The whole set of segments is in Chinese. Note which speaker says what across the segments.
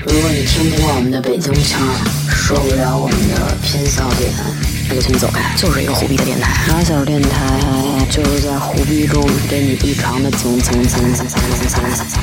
Speaker 1: 如果你听不惯我们的北京腔儿，受不了我们的偏笑点，那就请你走开。就是一个虎逼的电台，马小电台就是在虎逼中给你异常的蹭蹭蹭蹭蹭蹭蹭蹭蹭。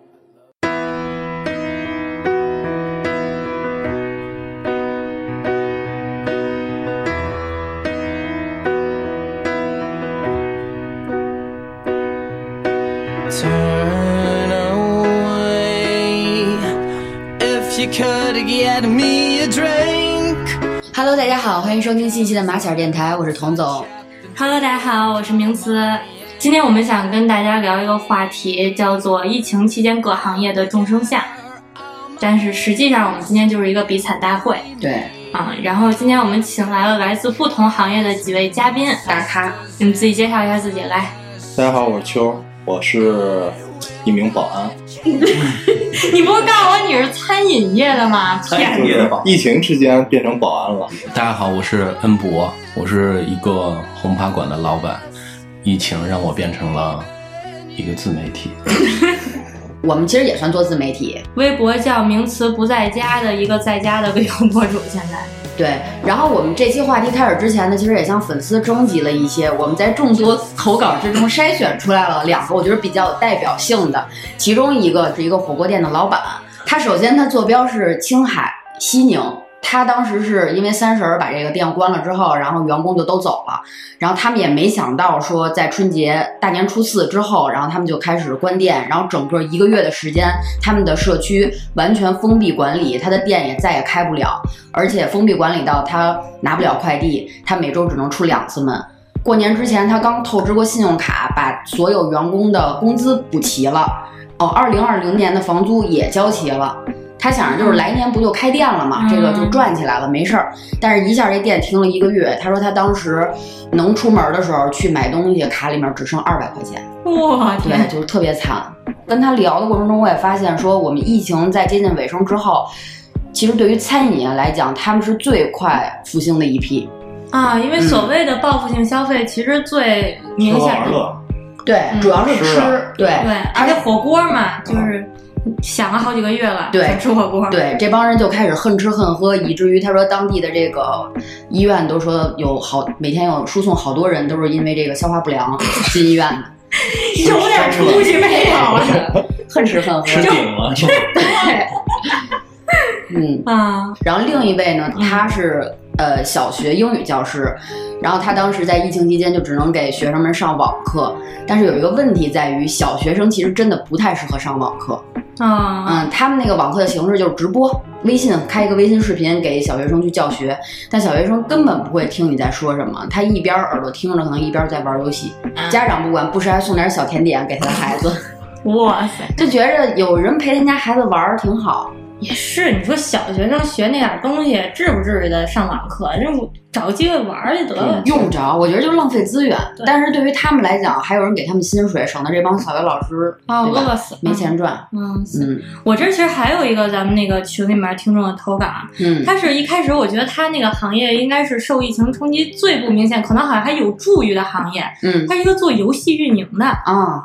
Speaker 2: Turn away if you could get me a drink.
Speaker 1: Hello，大家好，欢迎收听新一期的马小电台，我是童总。
Speaker 3: Hello，大家好，我是明思。今天我们想跟大家聊一个话题，叫做疫情期间各行业的众生相。但是实际上，我们今天就是一个比惨大会
Speaker 1: 对，
Speaker 3: 啊、然后今天我们请来了来自不同行业的几位嘉宾大咖，你们自己介绍一下自己来。
Speaker 4: 大家好，我是秋儿，我是一名保安。
Speaker 3: 你不是告诉我你是餐饮业的吗？骗
Speaker 4: 就是
Speaker 3: 你！
Speaker 4: 疫情期间变成保安了，
Speaker 5: 大家好，我是恩博，我是一个红扒馆的老板。疫情让我变成了一个自媒体，
Speaker 1: 我们其实也算做自媒体，
Speaker 3: 微博叫名词不在家的一个在家的微博博主，现在
Speaker 1: 对。然后我们这期话题开始之前呢，其实也向粉丝征集了一些，我们在众多投稿之中筛选出来了两个，我觉得比较有代表性的。其中一个是一个火锅店的老板，他首先他坐标是青海西宁。他当时是因为三十儿把这个店关了之后，然后员工就都走了，然后他们也没想到说在春节大年初四之后，然后他们就开始关店，然后整个一个月的时间，他们的社区完全封闭管理，他的店也再也开不了。而且封闭管理到他拿不了快递，他每周只能出两次门。过年之前，他刚透支过信用卡，把所有员工的工资补齐了，哦，二零二零年的房租也交齐了。他想着就是来年不就开店了嘛，
Speaker 3: 嗯
Speaker 1: 这个就赚起来了，没事儿。但是，一下这店停了一个月，他说他当时能出门的时候去买东西，卡里面只剩二百块钱。
Speaker 3: 我
Speaker 1: 对，
Speaker 3: 天，
Speaker 1: 就是特别惨。跟他聊的过程中，我也发现说，我们疫情在接近尾声之后，其实对于餐饮业来讲，他们是最快复兴的一批。
Speaker 3: 啊！因为所谓的报复性消费，其实最明
Speaker 4: 喝喝
Speaker 3: 显的，
Speaker 4: 玩乐，
Speaker 1: 对，
Speaker 3: 嗯
Speaker 1: 主要是吃，
Speaker 4: 吃啊
Speaker 1: 对
Speaker 3: 对，而且火锅嘛，就是想了好几个月了，
Speaker 1: 对
Speaker 3: 想吃火锅，，
Speaker 1: 对，这帮人就开始恨吃恨喝，以至于他说当地的这个医院都说有好每天有输送好多人都是因为这个消化不良进医院 的，
Speaker 3: 有点出息没有了
Speaker 1: 恨吃恨喝。
Speaker 4: 吃顶了。
Speaker 1: 对，嗯，
Speaker 3: 啊！
Speaker 1: 然后另一位呢，
Speaker 3: 嗯
Speaker 1: 他是呃小学英语教师，然后他当时在疫情期间就只能给学生们上网课，但是有一个问题在于，小学生其实真的不太适合上网课。
Speaker 3: 啊，
Speaker 1: 嗯，他们那个网课的形式就是直播，微信开一个微信视频给小学生去教学，但小学生根本不会听你在说什么，他一边耳朵听着，可能一边在玩游戏。
Speaker 3: 啊
Speaker 1: 家长不管，不时还送点小甜点给他的孩 子，
Speaker 3: 哇塞，
Speaker 1: 就觉着有人陪他家孩子玩儿挺好。
Speaker 3: 也是，你说小学生学那点东西，至不至于的上网课，那我找机会玩儿就得了。
Speaker 1: 嗯用不着，我觉得就浪费资源
Speaker 3: 嗯对。
Speaker 1: 但是对于他们来讲，还有人给他们薪水，省得这帮小学老师
Speaker 3: 啊，
Speaker 1: 对吧
Speaker 3: 饿死了
Speaker 1: 没。钱赚。
Speaker 3: 嗯，
Speaker 1: 嗯
Speaker 3: 我这儿其实还有一个咱们那个群里面听众的投稿，啊
Speaker 1: 嗯，
Speaker 3: 他是一开始我觉得他那个行业应该是受疫情冲击最不明显，可能好像还有助于的行业。
Speaker 1: 嗯
Speaker 3: 他是一个做游戏运营的，
Speaker 1: 啊，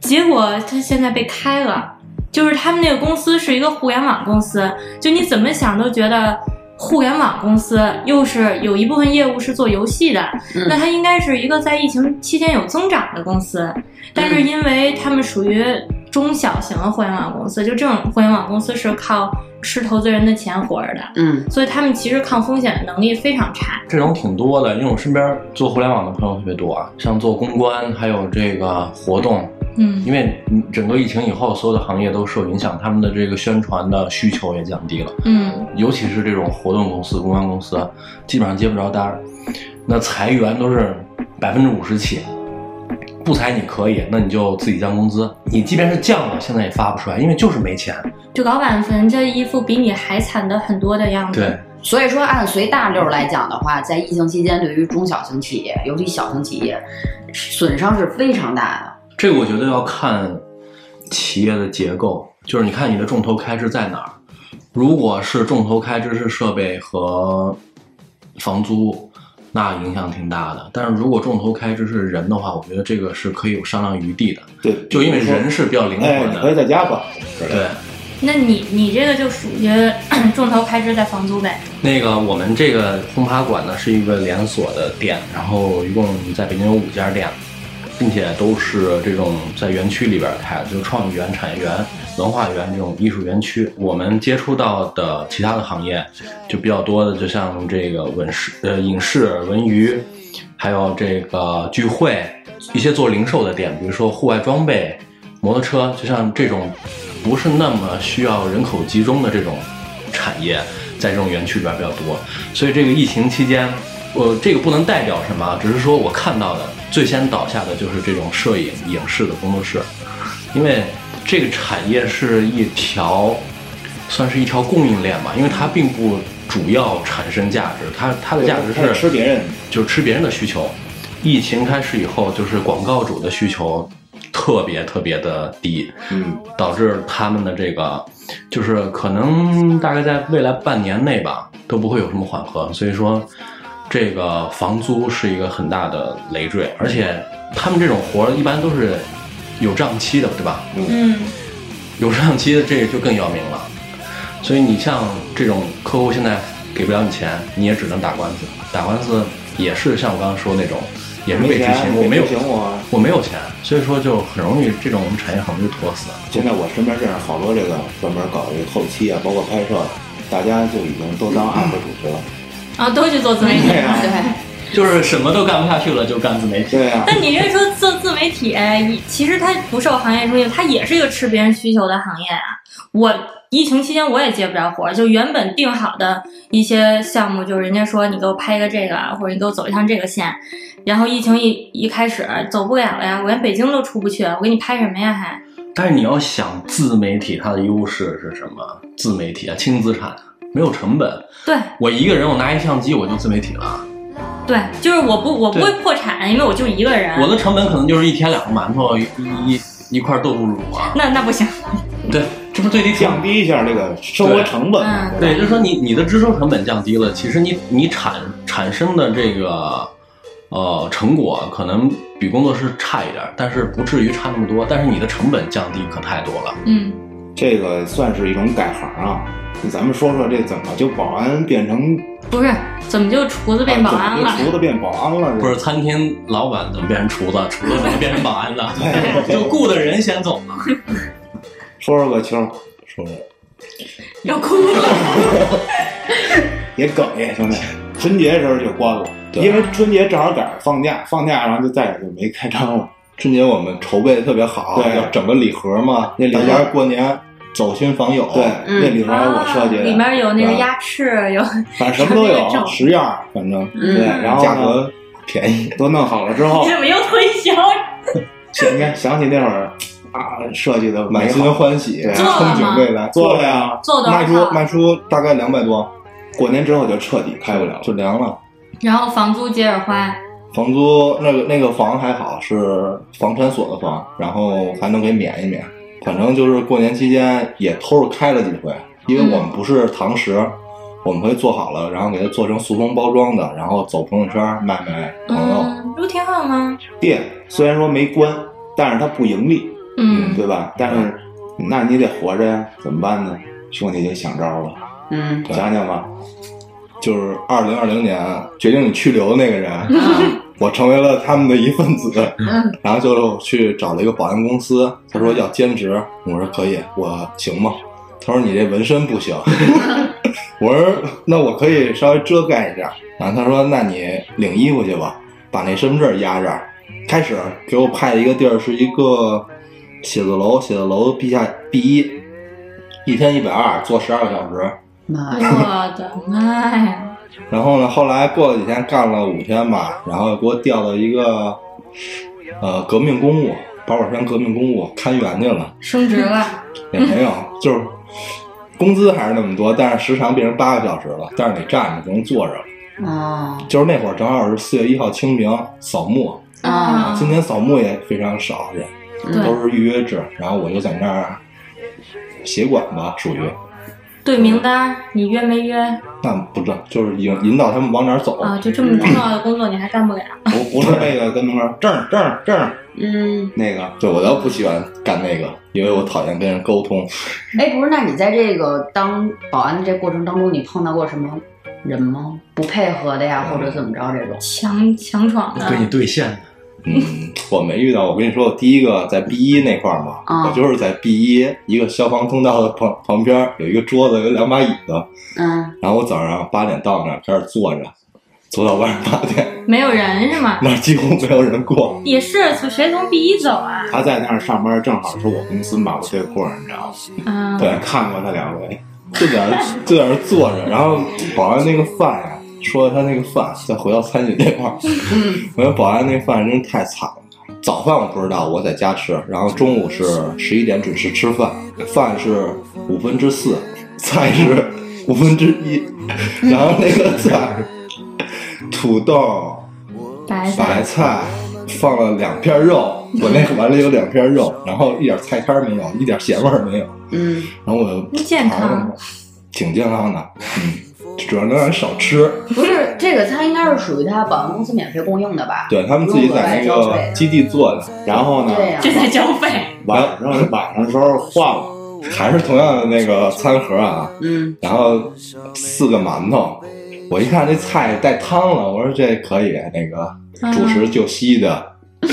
Speaker 3: 结果他现在被开了。就是他们那个公司是一个互联网公司，就你怎么想都觉得互联网公司又是有一部分业务是做游戏的，
Speaker 1: 嗯
Speaker 3: 那它应该是一个在疫情期间有增长的公司，但是因为他们属于中小型的互联网公司，就这种互联网公司是靠吃投资人的钱活着的，
Speaker 1: 嗯
Speaker 3: 所以他们其实抗风险的能力非常差。
Speaker 5: 这种挺多的，因为我身边做互联网的朋友特别多啊，像做公关，还有这个活动，
Speaker 3: 嗯
Speaker 5: 因为整个疫情以后，所有的行业都受影响，他们的这个宣传的需求也降低了。
Speaker 3: 嗯，
Speaker 5: 尤其是这种活动公司、公关公司，啊基本上接不着单儿，那裁员都是百分之五十起。不裁你可以，那你就自己降工资。你即便是降了，现在也发不出来，因为就是没钱。
Speaker 3: 就老板反正这一副比你还惨的很多的样子。，
Speaker 1: 所以说，按随大溜儿来讲的话，在疫情期间，对于中小型企业，尤其小型企业，损伤是非常大的。
Speaker 5: 这个我觉得要看企业的结构，就是你看你的重头开支在哪儿。如果是重头开支是设备和房租，那影响挺大的。但是如果重头开支是人的话，我觉得这个是可以有商量余地的，
Speaker 4: 对，
Speaker 5: 就因为人是比较灵活
Speaker 4: 哎，你可
Speaker 5: 的。
Speaker 4: 以在家办，
Speaker 5: 对，
Speaker 3: 那你你这个就属于 重头开支在房租呗？
Speaker 5: 那个我们这个轰趴馆呢是一个连锁的店，然后一共在北京有五家店，并且都是这种在园区里边开的，就是创意园、产业园、文化园这种艺术园区。我们接触到的其他的行业就比较多的，就像这个文视、呃影视、文娱，还有这个聚会，一些做零售的店，比如说户外装备、摩托车，就像这种不是那么需要人口集中的这种产业，在这种园区里边比较多。所以这个疫情期间，我、这个不能代表什么啊，只是说我看到的最先倒下的就是这种摄影影视的工作室，因为这个产业是一条算是一条供应链吧，因为它并不主要产生价值，它它的价值
Speaker 4: 开始
Speaker 5: 是
Speaker 4: 吃别人，
Speaker 5: 就是吃别人的需求。疫情开始以后，就是广告主的需求特别特别的低，
Speaker 4: 嗯，
Speaker 5: 导致他们的这个就是可能大概在未来半年内吧，都不会有什么缓和。所以说，这个房租是一个很大的累赘，而且他们这种活儿一般都是有账期的，对吧？
Speaker 3: 嗯，
Speaker 5: 有上期的这个就更要命了。所以你像这种客户现在给不了你钱，你也只能打官司。打官司也是像我刚刚说那种，也是
Speaker 4: 没
Speaker 5: 被执
Speaker 4: 钱
Speaker 5: 行，我没有
Speaker 4: 不，行我。
Speaker 5: 我没有钱，所以说就很容易这种产业很容易拖死。
Speaker 4: 现在我身边认识好多这个专门搞这个后期啊，包括拍摄，大家就已经都当 UP 主去了。
Speaker 3: 啊，都去做自媒体
Speaker 4: 对
Speaker 5: 嗯
Speaker 3: 了。
Speaker 4: 啊，
Speaker 1: 对，
Speaker 6: 就是什么都干不下去了，就干自媒体。
Speaker 4: 对啊，
Speaker 3: 但你这说做自媒体，哎其实它不受行业规定，它也是一个吃别人需求的行业啊。我疫情期间我也接不着活儿，就原本定好的一些项目，就是人家说你给我拍一个这个，啊或者你给我走一趟这个线，然后疫情一一开始走不了了呀，我连北京都出不去，我给你拍什么呀还？
Speaker 5: 但是你要想自媒体它的优势是什么？自媒体啊，轻资产，没有成本。
Speaker 3: 对
Speaker 5: 我一个人，我拿一相机我就自媒体了，
Speaker 3: 对，就是我不我不
Speaker 5: 对
Speaker 3: 会破产，因为我就一个
Speaker 6: 哎
Speaker 3: 人。
Speaker 5: 我的成本可能就是一天两个馒头，一一一块豆腐乳啊。
Speaker 3: 那那不行，
Speaker 5: 对，这不是最低成本
Speaker 4: 降低一下这个生活成本嘛，
Speaker 3: 嗯
Speaker 5: 对，
Speaker 4: 对
Speaker 5: 就是说你你的支出成本降低了，其实你你产产生的这个呃成果可能比工作室差一点儿，但是不至于差那么多，但是你的成本降低可太多了。
Speaker 3: 嗯，
Speaker 4: 吧？这个算是一种改行啊。那咱们说说这怎么就保安变成
Speaker 3: 不是，怎么就厨子变保安了
Speaker 4: 怎么？就厨子变保安了，
Speaker 5: 不是餐厅老板怎么变成厨子，厨子怎么变成保安 的？
Speaker 6: 就雇的人先走了，
Speaker 4: 说说吧，秋儿，
Speaker 5: 说
Speaker 3: 要哭了，
Speaker 4: 别哽 咽，兄弟。春节时候就关了，
Speaker 5: 对
Speaker 4: 因为春节正好赶上放假，放假然后就再也就没开张了。
Speaker 7: 春节我们筹备的特别好，
Speaker 4: 对
Speaker 7: 要整个礼盒嘛，
Speaker 4: 那礼盒
Speaker 7: 大家过年走亲访友，
Speaker 4: 对，
Speaker 1: 嗯
Speaker 4: 那里边儿我设计的，
Speaker 3: 啊
Speaker 4: 啊哦
Speaker 3: 里面有那个
Speaker 4: 对吧，
Speaker 3: 鸭翅，有
Speaker 4: 反正什么都
Speaker 3: 那个
Speaker 4: 有，
Speaker 3: 证
Speaker 4: 十样儿，反正
Speaker 1: 嗯
Speaker 4: 对，然后
Speaker 7: 价
Speaker 4: 呢
Speaker 7: 格便宜。
Speaker 4: 都弄好了之后
Speaker 3: 你，怎么又推销？
Speaker 4: 你看想起那会儿啊，设计的
Speaker 7: 满
Speaker 4: 美
Speaker 7: 心
Speaker 4: 好，
Speaker 7: 欢喜，
Speaker 4: 对
Speaker 3: 做了
Speaker 7: 憧
Speaker 3: 吗
Speaker 7: 憬未来，
Speaker 4: 做
Speaker 7: 了
Speaker 4: 了呀，
Speaker 3: 做多
Speaker 7: 卖
Speaker 3: 少
Speaker 7: 出？卖出大概两百多，
Speaker 4: 过年之后就彻底开不了了
Speaker 7: 就。凉了。
Speaker 3: 然后房租接着花，
Speaker 7: 房租那个那个房还好，是房产所的房，然后还能给免一免。反正就是过年期间也偷着开了几回，因为我们不是堂食，我们会做好了，然后给它做成塑封包装的，然后走朋友圈卖卖
Speaker 4: 哦
Speaker 7: 朋友。
Speaker 3: 嗯，不挺好吗？
Speaker 4: 店虽然说没关，但是它不盈利，
Speaker 3: 嗯，
Speaker 4: 对吧？但是那你得活着呀，怎么办呢？兄弟也想招了，
Speaker 1: 嗯，
Speaker 4: 讲讲吧。
Speaker 7: 就是二零二零年决定你去留的那个人，
Speaker 3: 嗯
Speaker 7: 我成为了他们的一份子。然后就去找了一个保安公司，他说要兼职，我说可以，我行吗？他说你这纹身不行， 我说那我可以稍微遮盖一下。然后他说那你领衣服去吧，把那身份证压这儿。开始给我派一个地儿是一个写字楼，写字楼 B 下 B 一，一天一百二，做十二个小时。
Speaker 1: 妈呀，
Speaker 3: 哎我的妈呀！
Speaker 7: 然后呢，后来过了几天，干了五天吧，然后给我调到一个呃革命公务，八宝山革命公务看园去了，
Speaker 3: 升职了，
Speaker 7: 也没有，就是
Speaker 4: 工资还是那么多，但是时长变成八个小时了，但是得站着不能坐着了。
Speaker 1: 哦
Speaker 4: 就是那会儿正好是四月一号清明扫墓，
Speaker 1: 啊，
Speaker 4: 今年扫墓也非常少人，都是预约制。然后我就在那儿协管吧，属于
Speaker 3: 对名单，你约没约啊？
Speaker 4: 那不知道，就是引引导他们往哪儿走。
Speaker 3: 就这么重要的工作你还干不了？
Speaker 8: 不不是那个跟门口这儿这儿这儿
Speaker 1: 嗯，
Speaker 8: 那个，
Speaker 4: 对我倒不喜欢干那个，因为我讨厌跟人沟通。
Speaker 1: 哎，不是，那你在这个当保安的这过程当中，你碰到过什么人吗？不配合的呀，或者怎么着这种？
Speaker 3: 强强闯啊的，
Speaker 5: 跟你对线的，
Speaker 4: 嗯，我没遇到。我跟你说，我第一个在 B 一那块儿嘛，
Speaker 1: 啊
Speaker 4: 我就是在 B 一一个消防通道的旁旁边儿有一个桌子，有两把椅子。
Speaker 1: 嗯，
Speaker 4: 然后我早上八点到那儿开始坐着，坐到晚上八点，
Speaker 3: 没有人是吗？
Speaker 4: 那儿几乎没有人过。
Speaker 3: 也是，从谁从 B 一走啊？
Speaker 8: 他在那儿上班，正好是我公司马路对过儿，你知道吗？
Speaker 3: 嗯，
Speaker 4: 对，
Speaker 8: 看过他两回，
Speaker 4: 就在那哎儿就在那儿坐 着，然后保安那个饭呀、说他那个饭，再回到餐饮这块儿，
Speaker 3: 嗯
Speaker 4: 我觉得保安那饭真是太惨了。早饭我不知道，我在家吃，然后中午是十一点准时吃饭，饭是五分之四，菜是五分之一，然后那个菜土豆、
Speaker 3: 白
Speaker 4: 白菜放了两片肉，我那个碗里有两片肉，然后一点菜汤没有，一点咸味儿没有，
Speaker 1: 嗯，
Speaker 4: 然后我就
Speaker 3: 健康
Speaker 4: 尝了尝，挺健康的，嗯，主要能让人少吃。
Speaker 1: 不是，这个餐应该是属于他保安公司免费供应的吧？
Speaker 4: 对他们自己在那个基地做的，
Speaker 8: 然后呢，
Speaker 1: 对呀、
Speaker 3: 这才交费，
Speaker 8: 晚上晚上的时候换我，
Speaker 4: 还是同样的那个餐盒啊，
Speaker 1: 嗯，
Speaker 4: 然后四个馒头，我一看这菜带汤了，我说这可以，那个
Speaker 3: 嗯
Speaker 4: 主 食就稀的，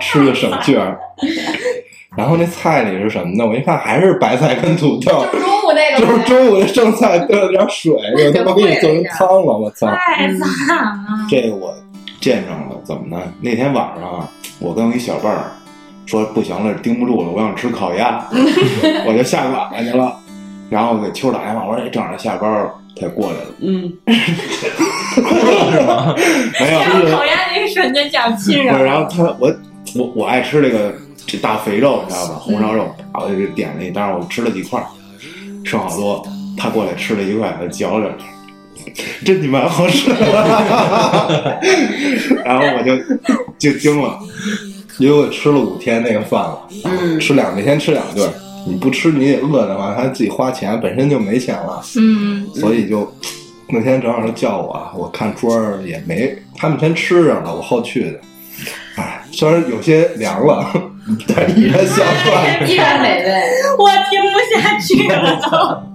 Speaker 4: 吃的省劲儿。然后那菜里是什么呢？我一看还是白菜跟土
Speaker 1: 就
Speaker 4: 豆，
Speaker 1: 是中午那 个呗，
Speaker 4: 就是中午的剩菜兑了点水，我他妈给你做成汤了，我操！
Speaker 3: 太惨了。
Speaker 8: 这个我见证了，怎么呢？那天晚上啊，我跟我一小伴儿说不行了，盯不住了，我想吃烤鸭，我就下馆子去了。然后给秋打电话，我说哎，正好下班了，他过来了，
Speaker 1: 嗯，
Speaker 5: 哎
Speaker 8: 没有，
Speaker 3: 想烤鸭那一瞬间想亲
Speaker 8: 不是，
Speaker 3: 人，
Speaker 8: 然后他我我我爱吃这个这大肥肉，你知道吧？红烧肉，然后我就点了一，但是我吃了几块儿，剩好多。他过来吃了一块，他嚼着，真你妈好吃！啊 然后我就就惊了，
Speaker 4: 因为我吃了五天那个饭了，
Speaker 1: 嗯
Speaker 4: 吃两每天吃两顿，你不吃你也饿的话，还自己花钱，本身就没钱了。
Speaker 3: 嗯，
Speaker 4: 所以就那天正好是叫
Speaker 8: 啊
Speaker 4: 我，我看桌儿也没，他们先吃着了，我后去的。哎，虽然有些凉了，但依然想饭。
Speaker 1: 依然美味。
Speaker 3: 我听不下去了都。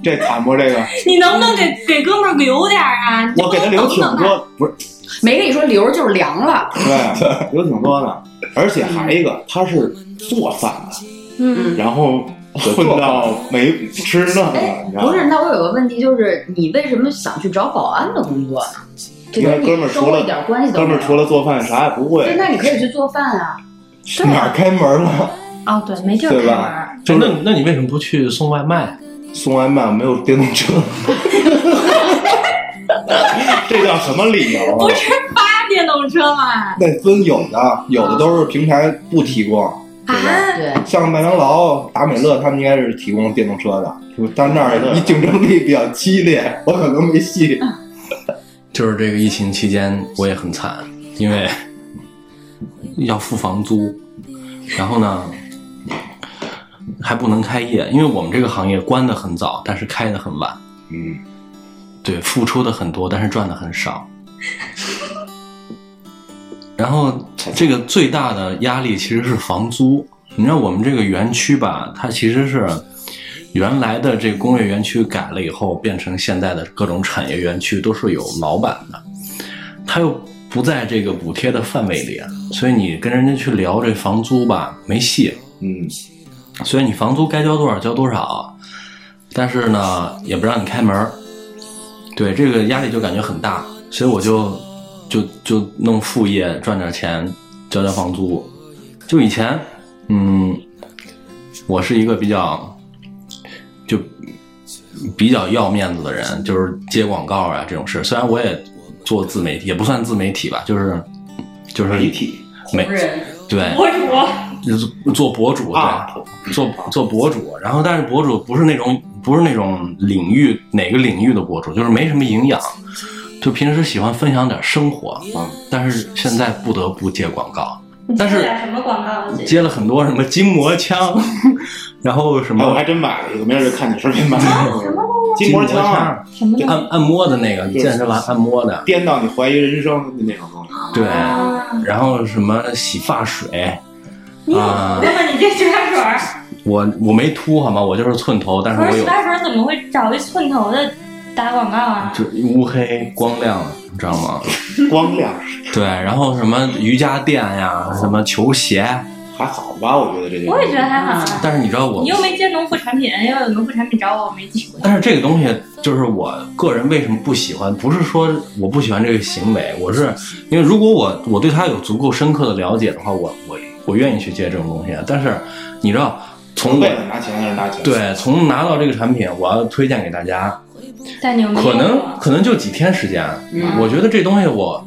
Speaker 8: 这惨不？这个
Speaker 3: 你能不能给给哥们儿留点儿啊？你就
Speaker 8: 我给他留挺
Speaker 3: 等等啊。
Speaker 8: 多，不是
Speaker 1: 没跟你说留儿就是凉了，
Speaker 8: 对，留挺多的。而且还一个，他是做饭的，
Speaker 3: 嗯，
Speaker 8: 然后混到没吃那
Speaker 1: 哎
Speaker 8: 个，你知道
Speaker 1: 不
Speaker 8: 吗
Speaker 1: 是，？那我有个问题，就是你为什么想去找保安的工作呢？这
Speaker 8: 因为
Speaker 1: 跟
Speaker 8: 哥们
Speaker 1: 你
Speaker 8: 儿
Speaker 1: 生
Speaker 8: 除
Speaker 1: 活
Speaker 8: 了
Speaker 1: 一点关系都
Speaker 8: 哥
Speaker 1: 没有。
Speaker 8: 们儿除了做饭啥也不
Speaker 1: 对，
Speaker 8: 会，
Speaker 1: 那你可以去做饭啊。
Speaker 4: 哪儿开门了？
Speaker 3: 哦对，没地儿开
Speaker 4: 对
Speaker 3: 门
Speaker 4: 吧
Speaker 3: 儿，
Speaker 5: 就那那你为什么不去送外卖？
Speaker 4: 送外卖没有电动车，
Speaker 8: 这叫什么理由
Speaker 3: 不
Speaker 8: 啊？
Speaker 3: 是发电动车吗？
Speaker 4: 那分有的，有的都是平台不提供，对吧？
Speaker 3: 啊，
Speaker 1: 对，
Speaker 4: 像麦当劳、达美乐他们应该是提供电动车的，但那儿一竞争力比较激烈，我可能没戏。
Speaker 5: 就是这个疫情期间我也很惨，因为要付房租，然后呢还不能开业，因为我们这个行业关的很早，但是开的很晚。
Speaker 8: 嗯，
Speaker 5: 对，付出的很多，但是赚的很少。 然后这个最大的压力其实是房租。你知道我们这个园区吧，它其实是原来的这工业园区改了以后，变成现在的各种产业园区都是有老板的，它又不在这个补贴的范围里，啊所以你跟人家去聊这房租吧，没戏。
Speaker 8: 嗯，
Speaker 5: 所以你房租该交多少交多少，但是呢也不让你开门儿，对这个压力就感觉很大，所以我就就就弄副业赚点钱，交交房租。就以前，嗯，我是一个比较就比较要面子的人，就是接广告啊这种事。虽然我也做自媒体，也不算自媒体吧，就是就是
Speaker 8: 媒体
Speaker 5: 媒
Speaker 1: 人
Speaker 5: 对
Speaker 3: 博主，
Speaker 5: 做博主
Speaker 4: 啊
Speaker 5: 对，做做博主，然后但是博主不是那种不是那种领域哪个领域的博主，就是没什么营养，就平时喜欢分享点生活啊，但是现在不得不接广告，但是
Speaker 3: 你打什么广告啊？姐
Speaker 5: 接了很多什么筋膜枪， 然后什
Speaker 4: 哎，我
Speaker 5: 么
Speaker 4: 还真买了一个，没事就看你视频买的。
Speaker 3: 啊
Speaker 4: 筋
Speaker 5: 筋
Speaker 4: 膜
Speaker 5: 膜
Speaker 4: 枪，
Speaker 5: 枪，
Speaker 3: 什么
Speaker 5: 按按摩的那个，
Speaker 4: 对
Speaker 5: 健身房按摩的，
Speaker 4: 颠到你怀疑人生的那种东西。
Speaker 5: 对，
Speaker 3: 啊？
Speaker 5: 然后什么洗发水。
Speaker 3: 你
Speaker 5: 啊
Speaker 3: 那么你这洗发水儿，
Speaker 5: 我我没秃好吗？我就是寸头，但是嗯
Speaker 3: 可
Speaker 5: 我
Speaker 3: 是洗
Speaker 5: 有
Speaker 3: 发水儿怎么会找一寸头的打广告啊？
Speaker 5: 就乌黑光亮，你知道吗？
Speaker 4: 光亮
Speaker 5: 对，然后什么瑜伽垫呀，什么球鞋，
Speaker 4: 还好吧？我觉得这些。
Speaker 3: 我也觉得还好啊。
Speaker 5: 但是你知道我
Speaker 3: 你，又没接农副产品，要有农副产品找我，我没接。
Speaker 5: 但是这个东西就是我个人为什么不喜欢，不是说我不喜欢这个行为，我是因为如果我我对它有足够深刻的了解的话，我我我愿意去接这种东西。啊但是你知道，从
Speaker 4: 为
Speaker 5: 我
Speaker 4: 了拿钱还是拿钱？，
Speaker 5: 对从拿到这个产品，我要推荐给大家，
Speaker 3: 但你又没
Speaker 5: 可
Speaker 3: 用
Speaker 5: 能
Speaker 3: 过
Speaker 5: 可能就几天时间。啊我觉得这东西我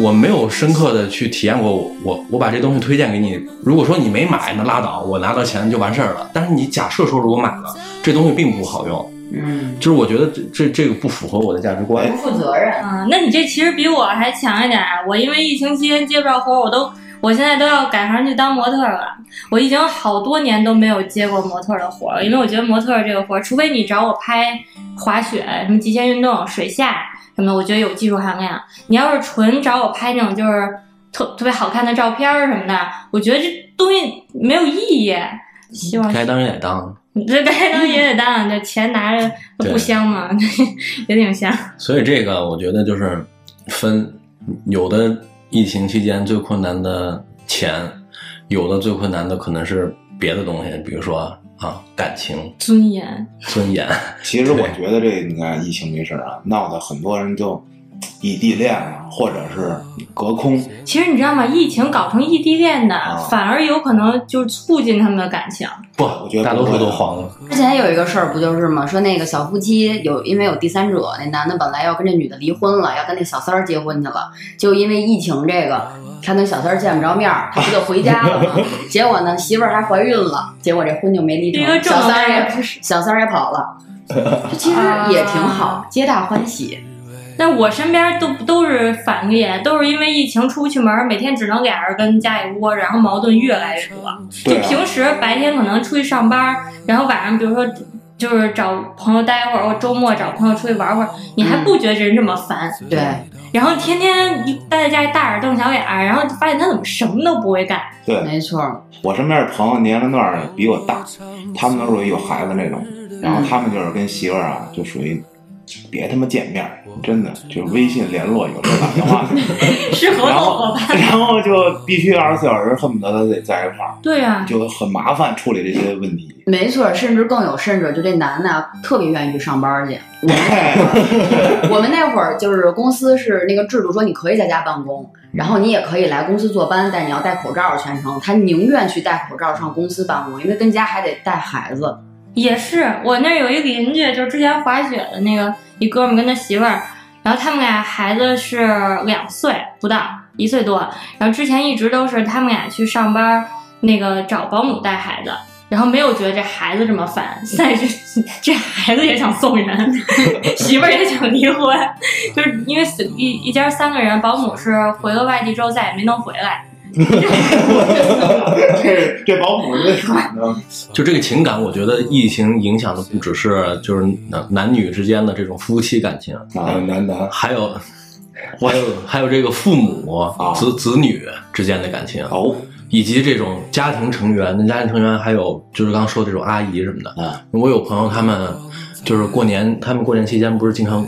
Speaker 5: 我没有深刻的去体验过，我我我把这东西推荐给你。如果说你没买，那拉倒，我拿到钱就完事儿了。但是你假设说如果买了，这东西并不好用，
Speaker 1: 嗯，
Speaker 5: 就是我觉得这这这个不符合我的价值观
Speaker 1: 不。负责任，
Speaker 3: 啊，那你这其实比我还强一点儿。我因为疫情期间接不着活，我都我现在都要改行去当模特儿了。我已经好多年都没有接过模特儿的活儿，因为我觉得模特儿这个活儿，除非你找我拍滑雪、什么极限运动、水下什么的，我觉得有技术含量。你要是纯找我拍那种就是特特别好看的照片儿什么的，我觉得这东西没有意义。希望
Speaker 5: 该当然得当，
Speaker 3: 你这该当也得当，这钱拿着不香吗？ 也挺香。
Speaker 5: 所以这个我觉得就是分，有的疫情期间最困难的钱，有的最困难的可能是别的东西，比如说啊感情、
Speaker 3: 尊严，
Speaker 5: 尊严。
Speaker 4: 其实我觉得这你看疫情没事儿啊，闹得很多人就异地恋啊，或者是隔空。
Speaker 3: 其实你知道吗？疫情搞成异地恋的，
Speaker 1: 哦
Speaker 4: 啊
Speaker 3: 反而有可能就是促进他们的感情。
Speaker 5: 不，
Speaker 4: 我觉得
Speaker 5: 大多
Speaker 4: 不
Speaker 5: 数
Speaker 4: 会
Speaker 5: 都
Speaker 4: 的
Speaker 5: 黄了。
Speaker 1: 之前有一个事儿不就是吗？说那个小夫妻有因为有第三者，那男的本来要跟这女的离婚了，要跟那小三儿结婚去了，就因为疫情这个，他跟小三儿见不着面儿，他不就回家了吗？ 结果呢，媳妇儿还怀孕了，结果这婚就没离
Speaker 3: 这个
Speaker 1: 成，
Speaker 3: 正
Speaker 1: 哦小
Speaker 3: 能
Speaker 1: 三儿
Speaker 3: 量
Speaker 1: 也小三儿也跑了，这其实也挺
Speaker 3: 啊
Speaker 1: 好，皆大欢喜。
Speaker 3: 但我身边都都是反面，都是因为疫情出不去门，每天只能俩人跟家里窝，然后矛盾越来越多。就
Speaker 4: 对啊，
Speaker 3: 平时白天可能出去上班，然后晚上比如说就是找朋友待会儿，或周末找朋友出去玩会儿，你还不觉得这人这么烦？
Speaker 1: 对，
Speaker 3: 然后天天一待在家里大眼瞪小眼儿，然后就发现他怎么什么都不会干。
Speaker 4: 对
Speaker 1: 没错儿，
Speaker 4: 我身边的朋友年龄段儿比我大，他们都属于有孩子那种，然后他们就是跟媳妇儿啊，就属于别他妈见面儿，真的就微信联络，有时候打 电话，
Speaker 3: 是合
Speaker 4: 然
Speaker 3: 作
Speaker 4: 后
Speaker 3: 伙伴。
Speaker 4: 然后就必须二十四小时恨不得他得在一块儿，
Speaker 3: 对啊呀、
Speaker 4: 就很麻烦处理这些问题。
Speaker 1: 没错儿，甚至更有甚者，就这男的啊特别愿意去上班去。我们那会儿就是公司是那个制度说你可以在家办公，然后你也可以来公司坐班，但你要戴口罩全程。他宁愿去戴口罩上公司办公，因为跟家还得带孩子。
Speaker 3: 也是。我那儿有一邻居，就是之前滑雪的那个一哥们儿跟他媳妇儿，然后他们俩孩子是两岁不到，一岁多。然后之前一直都是他们俩去上班儿，那个找保姆带孩子。然后没有觉得这孩子这么烦， 现在这这孩子也想送人， 媳妇儿也想离婚，就是因为死一一家三个人，保姆是回了外地之后再也没能回来，
Speaker 4: 这这保姆 这喊的，
Speaker 5: 就这个情感，我觉得疫情影响的不只是就是男男女之间的这种夫妻感情，嗯
Speaker 7: 啊，男男，
Speaker 5: 还有还有还有这个父母
Speaker 4: 啊
Speaker 5: 子子女之间的感情，
Speaker 4: 哦，
Speaker 5: 以及这种家庭成员，那家庭成员还有就是刚刚说这种阿姨什么的。
Speaker 4: 啊，
Speaker 5: 我有朋友他们就是过年，他们过年期间不是经常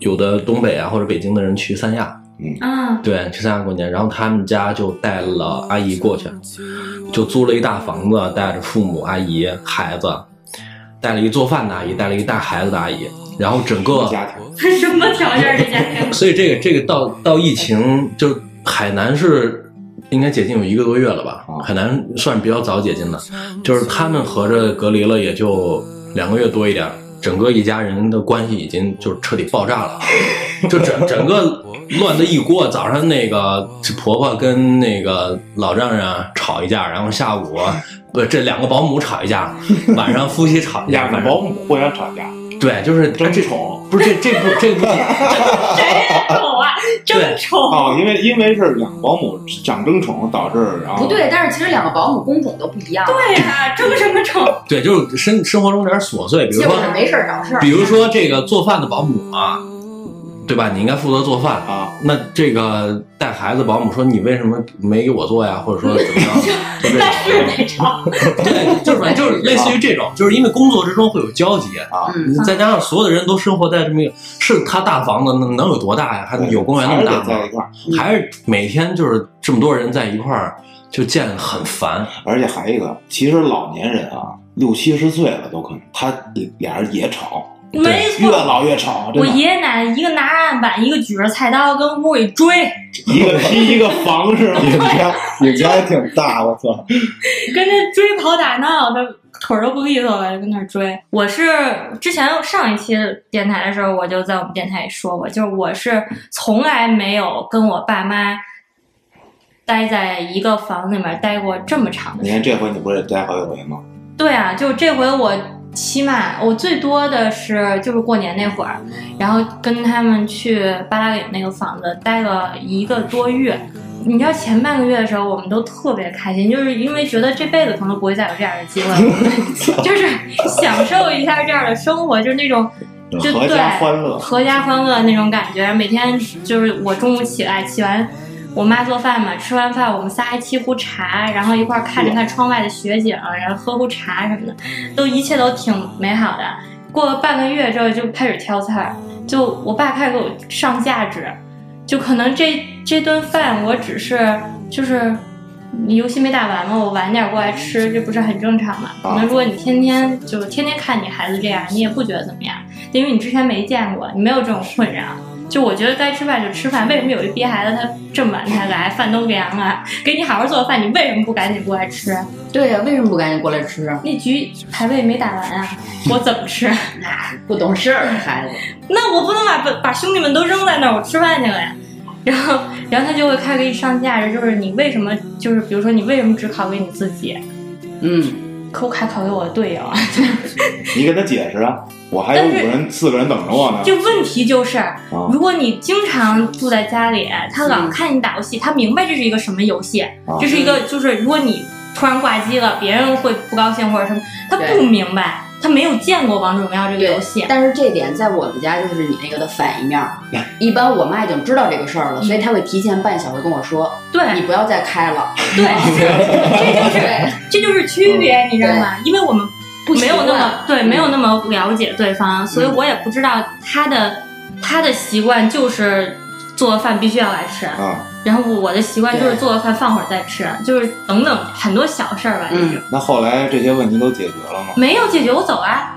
Speaker 5: 有的东北啊或者北京的人去三亚，
Speaker 3: 嗯，
Speaker 5: 对，去三亚过年，然后他们家就带了阿姨过去，就租了一大房子，带着父母、阿姨、孩子，带了一做饭的阿姨，带了一带孩子的阿姨，然后整个，
Speaker 4: 家 庭
Speaker 3: 什么条件儿这家 庭？
Speaker 5: 所以这个这个到到疫情，就海南是应该解禁有一个多月了吧？
Speaker 4: 啊
Speaker 5: 海南算是比较早解禁的，就是他们合着隔离了也就两个月多一点儿，整个一家人的关系已经就是彻底爆炸了，啊就整整个乱的一锅。早上那个婆婆跟那个老丈人啊吵一架，然后下午啊不这两个保姆吵一架，晚上夫妻吵一架，
Speaker 4: 两个
Speaker 5: 晚
Speaker 4: 保
Speaker 5: 上
Speaker 4: 姆互相吵架，
Speaker 5: 对，就是啊
Speaker 4: 争
Speaker 5: 这
Speaker 4: 宠
Speaker 5: 不是这这部这部剧
Speaker 3: 谁丑啊？真丑！
Speaker 4: 哦，因为因为是两个保姆想争宠，导致然后
Speaker 1: 不对，但是其实两个保姆工种都不一样，
Speaker 3: 对呀，争什么争？
Speaker 5: 对，就是生生活中点琐碎，比如
Speaker 1: 就
Speaker 5: 说
Speaker 1: 是没事儿找事儿
Speaker 5: 比。如说这个做饭的保姆啊，对吧？你应该负责做饭
Speaker 4: 啊，
Speaker 5: 那这个带孩子保姆说你为什么没给我做呀，或者说怎么样？ 就这种
Speaker 3: 那是得吵。
Speaker 5: 对，就是反正就是类似于这种，就是因为工作之中会有交集啊
Speaker 1: 嗯
Speaker 5: 再加上所有的人都生活在这么一个，是他大房子能能有多大呀？还
Speaker 4: 对
Speaker 5: 有公园那
Speaker 4: 还
Speaker 5: 么
Speaker 4: 是
Speaker 5: 大吗？
Speaker 4: 得在一块儿，
Speaker 5: 还是每天就是这么多人在一块儿，就见很烦。
Speaker 4: 而且还一个，其实老年人啊，六七十岁了都可能，他俩人也吵，
Speaker 3: 没
Speaker 4: 越
Speaker 3: 错，
Speaker 4: 老越吵，啊真
Speaker 3: 我
Speaker 4: 的，
Speaker 3: 爷爷奶奶一个拿案板，一个举着菜刀跟屋里追，
Speaker 4: 一个劈一个防是吗？
Speaker 7: 你们家你们家还挺大，我操！
Speaker 3: 跟着追跑打闹的，腿儿都不利索了，就跟那儿追。我是之前上一期电台的时候，我就在我们电台里说过，就是我是从来没有跟我爸妈待在一个房子里面待过这么长的
Speaker 4: 你
Speaker 3: 时间
Speaker 4: 看。这回你不是也待好几回吗？
Speaker 3: 对啊，就这回我起码我最多的是就是过年那会儿，然后跟他们去八达岭那个房子待了一个多月。你知道前半个月的时候，我们都特别开心，就是因为觉得这辈子可能都不会再有这样的机会了，就是享受一下这样的生活，就是那种就
Speaker 4: 合
Speaker 3: 对
Speaker 4: 家欢乐，
Speaker 3: 合家欢乐那种感觉。每天就是我中午起来起完。我妈做饭嘛，吃完饭我们仨还沏壶茶，然后一块儿看着看窗外的雪景，然后喝壶茶什么的，都一切都挺美好的。过了半个月之后就开始挑菜儿，就我爸开始给我上价值，就可能这这顿饭我只是就是游戏没打完嘛，我晚点过来吃，这不是很正常嘛？可能如果你天天就天天看你孩子这样，你也不觉得怎么样，因为你之前没见过，你没有这种困扰。就我觉得该吃饭就吃饭，为什么有一逼孩子他这么晚才来，饭都凉了，给你好好做饭，你为什么不赶紧过来吃？
Speaker 1: 对呀，为什么不赶紧过来吃？啊
Speaker 3: 那局排位没打完啊，我怎么吃？
Speaker 1: 不懂事儿，孩子。
Speaker 3: 那我不能把把把兄弟们都扔在那儿，我吃饭去了呀。然后，然后他就会开始给你上价值，就是你为什么，就是比如说你为什么只考给你自己，
Speaker 1: 嗯，
Speaker 3: 可我还考给我的队友啊？
Speaker 4: 你给他解释啊，我还有五
Speaker 3: 但是
Speaker 4: 个人四个人等着我呢，
Speaker 3: 就问题就是，
Speaker 4: 啊
Speaker 3: 如果你经常住在家里，他老看你打游戏，他明白这是一个什么游戏，这是一个就是如果你突然挂机了，别人会不高兴或者什么，他
Speaker 1: 对
Speaker 3: 不明白，他没有见过王者荣耀这个游戏，
Speaker 1: 但是这点在我们家就是你那个的反一面儿。一般我妈已经知道这个事儿了，
Speaker 5: 嗯
Speaker 1: 所以她会提前半小时跟我说，
Speaker 3: 对，
Speaker 1: 你不要再开了。
Speaker 3: 对，这就是这就是区别，你知道吗？因为我们
Speaker 1: 不习
Speaker 3: 没
Speaker 1: 惯
Speaker 3: 有那么对，没有那么了解对方，所以我也不知道他的他的习惯就是做饭必须要来吃，
Speaker 4: 啊，
Speaker 3: 然后我的习惯就是
Speaker 1: 对
Speaker 3: 做了饭放会儿再吃，就是等等很多小事儿吧，就是
Speaker 1: 嗯，
Speaker 4: 那后来这些问题都解决了吗？
Speaker 3: 没有解决我走啊。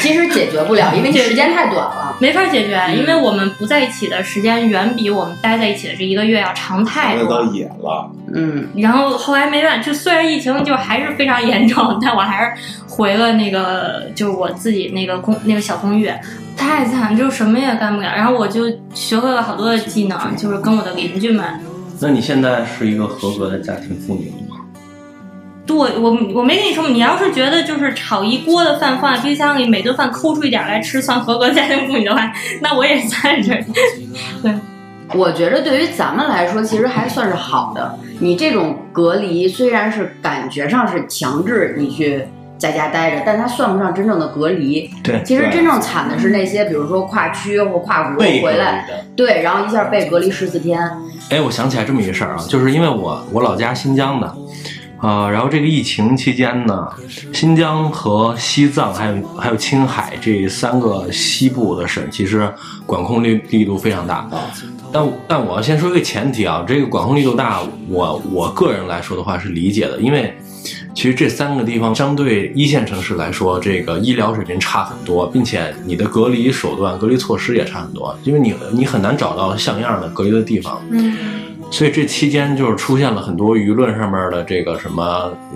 Speaker 1: 其实解决不了，因为你时间太短了。
Speaker 3: 没法解决，因为我们不在一起的时间远比我们待在一起的这一个月要长太
Speaker 4: 孩子
Speaker 3: 多。
Speaker 4: 都
Speaker 3: 了。
Speaker 4: 野了，
Speaker 1: 嗯，
Speaker 3: 然后后来没办法，就虽然疫情就还是非常严重，但我还是回了那个就是我自己那个公那个小公寓，太惨，就是什么也干不了。然后我就学会了好多的技能，就是跟我的邻居们，
Speaker 5: 那你现在是一个合格的家庭妇女了吗？
Speaker 3: 对我我我没跟你说，你要是觉得就是炒一锅的饭放在冰箱里，每顿饭抠出一点来吃算合格家庭妇女的话，那我也算是
Speaker 1: 我觉着对于咱们来说，其实还算是好的。你这种隔离虽然是感觉上是强制你去在家待着，但它算不上真正的隔离。
Speaker 5: 对
Speaker 1: 其实
Speaker 4: 对
Speaker 1: 真正惨的是那些，比如说跨区或跨国
Speaker 5: 被隔
Speaker 1: 回
Speaker 5: 离
Speaker 1: 来，
Speaker 5: 的。
Speaker 1: 对，然后一下被隔离十四天。
Speaker 5: 哎，我想起来这么一事儿啊，就是因为我我老家新疆的，啊、然后这个疫情期间呢，新疆和西藏还有还有青海这三个西部的省，其实管控力力度非常大。但但我要先说一个前提啊，这个管控力度大，我我个人来说的话是理解的，因为其实这三个地方相对一线城市来说，这个医疗水平差很多，并且你的隔离手段、隔离措施也差很多，因为你你很难找到像样的隔离的地方。
Speaker 3: 嗯，
Speaker 5: 所以这期间就是出现了很多舆论上面的这个什么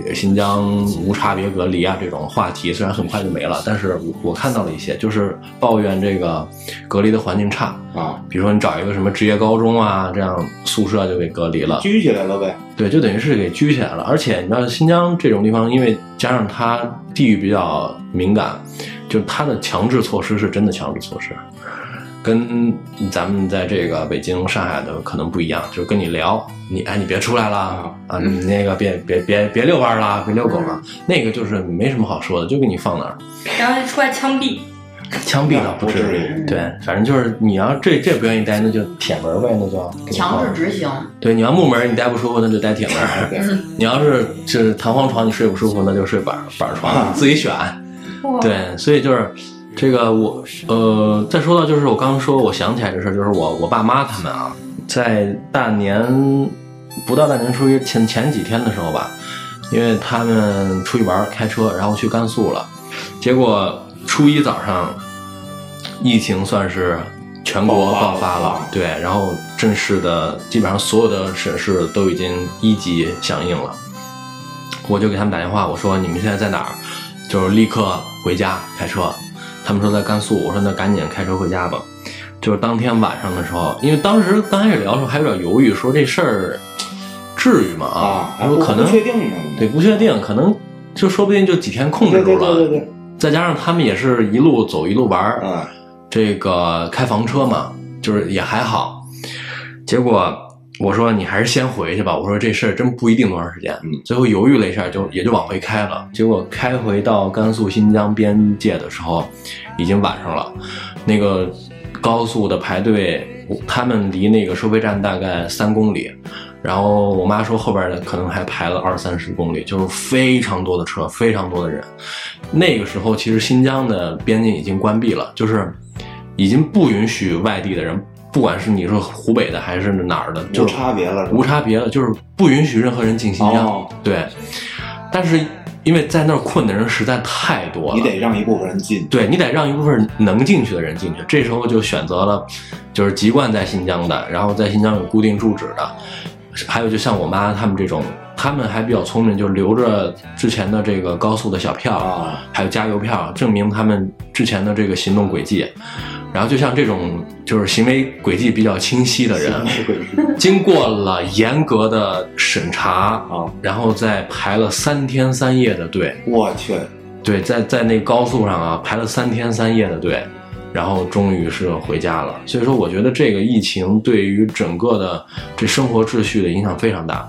Speaker 5: 呃新疆无差别隔离啊这种话题，虽然很快就没了，但是我我看到了一些，就是抱怨这个隔离的环境差，
Speaker 4: 啊，
Speaker 5: 比如说你找一个什么职业高中啊，这样宿舍就给隔离了，
Speaker 4: 拘起来 了呗。
Speaker 5: 对，就等于是给拘起来了。而且你知道新疆这种地方，因为加上它地域比较敏感，就它的强制措施是真的强制措施，跟咱们在这个北京、上海的可能不一样，就是跟你聊，你哎你别出来啦啊，嗯你那个别别别别遛弯儿啦，别遛狗啦，那个就是没什么好说的，就给你放那儿。
Speaker 3: 然后出来枪毙。
Speaker 5: 枪毙倒不至
Speaker 4: 不至
Speaker 5: 于，
Speaker 4: 于
Speaker 5: 对，反正就是你要这这不愿意待，那就铁门儿呗，那就给你
Speaker 1: 强制
Speaker 5: 放
Speaker 1: 执行，
Speaker 5: 对，你要木门儿你待不舒服，那就待铁门儿。
Speaker 4: 对，
Speaker 5: 你要是是弹簧床，你睡不舒服，那就睡板儿板儿床，自己选。对，所以就是这个我呃，再说到就是我刚刚说，我想起来这事儿，就是我我爸妈他们啊，在大年不到大年初一前前几天的时候吧，因为他们出去玩儿开车，然后去甘肃了，结果初一早上疫情算是全国爆发了，
Speaker 4: 啊
Speaker 5: 对，然后正式的基本上所有的省市都已经一级响应了。我就给他们打电话，我说你们现在在哪儿？就是立刻回家开车。他们说在甘肃，我说那赶紧开车回家吧。就是当天晚上的时候，因为当时刚开始聊的时候还有点犹豫，说这事儿至于吗？
Speaker 4: 啊，
Speaker 5: 他
Speaker 4: 还
Speaker 5: 说
Speaker 4: 不
Speaker 5: 可能
Speaker 4: 不确定呢。
Speaker 5: 对，不确定，可能就说不定就几天控制
Speaker 4: 对
Speaker 5: 住
Speaker 4: 对
Speaker 5: 了。
Speaker 4: 对对对，
Speaker 5: 再加上他们也是一路走一路玩儿，
Speaker 4: 啊，
Speaker 5: 这个开房车嘛，就是也还好。结果我说你还是先回去吧，我说这事儿真不一定多长时间。
Speaker 4: 嗯
Speaker 5: 最后犹豫了一下就，也就往回开了。结果开回到甘肃新疆边界的时候，已经晚上了。那个高速的排队，我他们离那个收费站大概三公里。然后我妈说后边的可能还排了二三十公里，就是非常多的车，非常多的人。那个时候其实新疆的边境已经关闭了，就是已经不允许外地的人，不管是你是湖北的还是哪儿的，就
Speaker 4: 无
Speaker 5: 是
Speaker 4: 差别了是吧，
Speaker 5: 无差别了，就是不允许任何人进新疆。
Speaker 4: 哦
Speaker 5: 对，但是因为在那儿困的人实在太多了，
Speaker 4: 你得让一部分人进。
Speaker 5: 对你得让一部分能进去的人进去。这时候就选择了，就是籍贯在新疆的，然后在新疆有固定住址的，还有就像我妈他们这种，他们还比较聪明，就留着之前的这个高速的小票，
Speaker 4: 啊
Speaker 5: 还有加油票，证明他们之前的这个行动轨迹。然后就像这种就是行为轨迹比较清晰的人， 经过了严格的审查，
Speaker 4: 啊，
Speaker 5: 然后再排了三天三夜的队，
Speaker 4: 我去，
Speaker 5: 对，在在那高速上啊，排了三天三夜的队，然后终于是回家了。所以说，我觉得这个疫情对于整个的这生活秩序的影响非常大。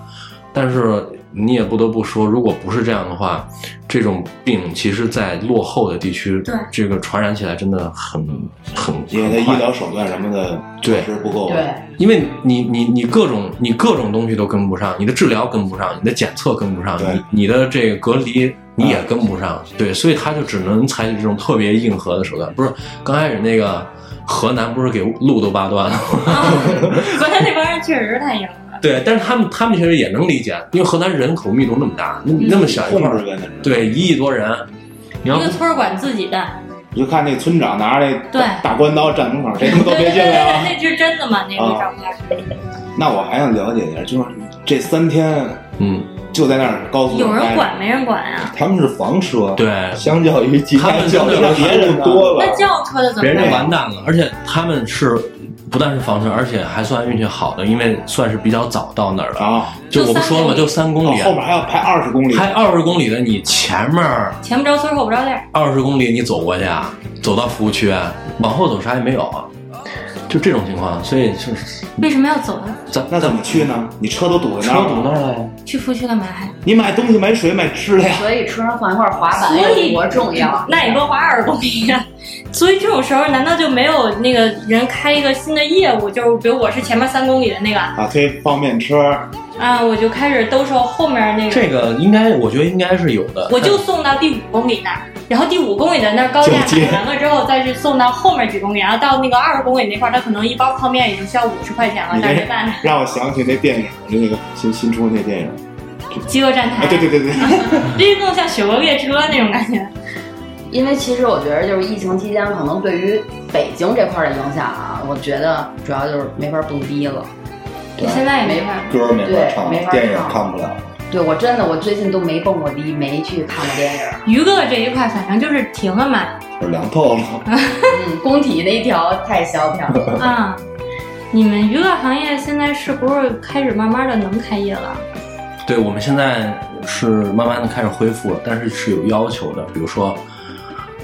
Speaker 5: 但是你也不得不说，如果不是这样的话，这种病其实在落后的地区，
Speaker 3: 对
Speaker 5: 这个传染起来真的很很
Speaker 4: 因为
Speaker 5: 很
Speaker 4: 他
Speaker 5: 快
Speaker 4: 医疗手段什么的措
Speaker 5: 对
Speaker 4: 施不够。啊
Speaker 1: 对，
Speaker 5: 因为你你你各种你各种东西都跟不上，你的治疗跟不上，你的检测跟不上，
Speaker 4: 对
Speaker 5: 你你的这个隔离你也跟不上，对，所以他就只能采取这种特别硬核的手段。不是刚开始那个河南不是给路都扒断了吗，
Speaker 3: 河南啊那帮人确实是太硬了。
Speaker 5: 对，但是他们他们其实也能理解，因为河南人口密度那么大，那那么小一
Speaker 4: 混
Speaker 5: 块
Speaker 4: 着
Speaker 5: 儿，
Speaker 4: 呗，那是。
Speaker 5: 对，一亿多人，你要
Speaker 3: 一个村儿管自己的，
Speaker 4: 你就看那村长拿着那
Speaker 3: 对
Speaker 4: 大大关刀站门口，谁他妈都
Speaker 3: 对
Speaker 4: 别
Speaker 3: 对对
Speaker 4: 进
Speaker 3: 对，
Speaker 4: 来啊！
Speaker 3: 那是真的吗？那个
Speaker 4: 啊
Speaker 3: 照片
Speaker 4: 那我还想了解一下，就是这三天
Speaker 5: 嗯，
Speaker 4: 就在那儿高速上
Speaker 3: 有人
Speaker 4: 待着
Speaker 3: 管没人管啊？
Speaker 7: 他们是房车，
Speaker 5: 对，
Speaker 7: 相较于其
Speaker 5: 他
Speaker 7: 他
Speaker 5: 们
Speaker 7: 轿
Speaker 5: 相对
Speaker 7: 车
Speaker 5: 来说
Speaker 7: 别人多了
Speaker 3: 那。轿车的怎
Speaker 5: 别
Speaker 3: 么
Speaker 5: 人就
Speaker 3: 办？
Speaker 5: 完蛋了。而且他们是不但是防车，而且还算运气好的，因为算是比较早到那儿了。
Speaker 4: 啊，
Speaker 5: 就我不说了嘛，就
Speaker 3: 就
Speaker 5: 三公
Speaker 4: 哦
Speaker 5: 里，
Speaker 4: 后面还要排二十公里，
Speaker 5: 开二十公里的，你前面
Speaker 3: 前不着村后不着店，
Speaker 5: 二十公里你走过去啊，走到服务区，啊往后走啥也没有啊，就这种情况，所以就是
Speaker 3: 为什么要走呢？
Speaker 5: 咱
Speaker 4: 那怎么去呢？你车都堵在
Speaker 5: 车
Speaker 4: 那儿
Speaker 5: 堵那
Speaker 4: 了，
Speaker 5: 儿啊了呀？
Speaker 3: 去服务区干嘛还？
Speaker 4: 你买东西、买水、买吃的呀。
Speaker 1: 所以车上放一块滑板有多重要？
Speaker 3: 那你说花二十公里呀？所以这种时候，难道就没有那个人开一个新的业务？就是比如我是前面三公里的那个
Speaker 4: 啊，推方便车，
Speaker 3: 啊，我就开始兜售后面那个，
Speaker 5: 这个应该，我觉得应该是有的。
Speaker 3: 我就送到第五公里那儿，然后第五公里的那儿高价
Speaker 4: 就接
Speaker 3: 买完了之后，再去送到后面几公里，然后到那个二十公里那块儿，他可能一包泡面也就需要五十块钱了
Speaker 4: 你，
Speaker 3: 但是
Speaker 4: 这
Speaker 3: 办呢
Speaker 4: 让我想起那电影，那个新新出那电影，
Speaker 3: 饥饿站
Speaker 4: 啊，
Speaker 3: 台，
Speaker 4: 对对对对，
Speaker 3: 这更像雪国列车那种感觉。
Speaker 1: 因为其实我觉得，就是疫情期间，可能对于北京这块儿的影响啊，我觉得主要就是没法蹦迪了。
Speaker 7: 对
Speaker 3: 现在也没法。
Speaker 7: 歌没法唱，
Speaker 1: 对没法
Speaker 7: 电影
Speaker 1: 唱
Speaker 7: 看不了。
Speaker 1: 对我真的，我最近都没蹦过迪，没去看过电影。
Speaker 3: 娱乐这一块，反正就是停了嘛。
Speaker 7: 我凉透 了，
Speaker 1: 嗯，工体那一条太萧条了。
Speaker 3: 啊，你们娱乐行业现在是不是开始慢慢的能开业了？
Speaker 5: 对，我们现在是慢慢的开始恢复了，但是是有要求的，比如说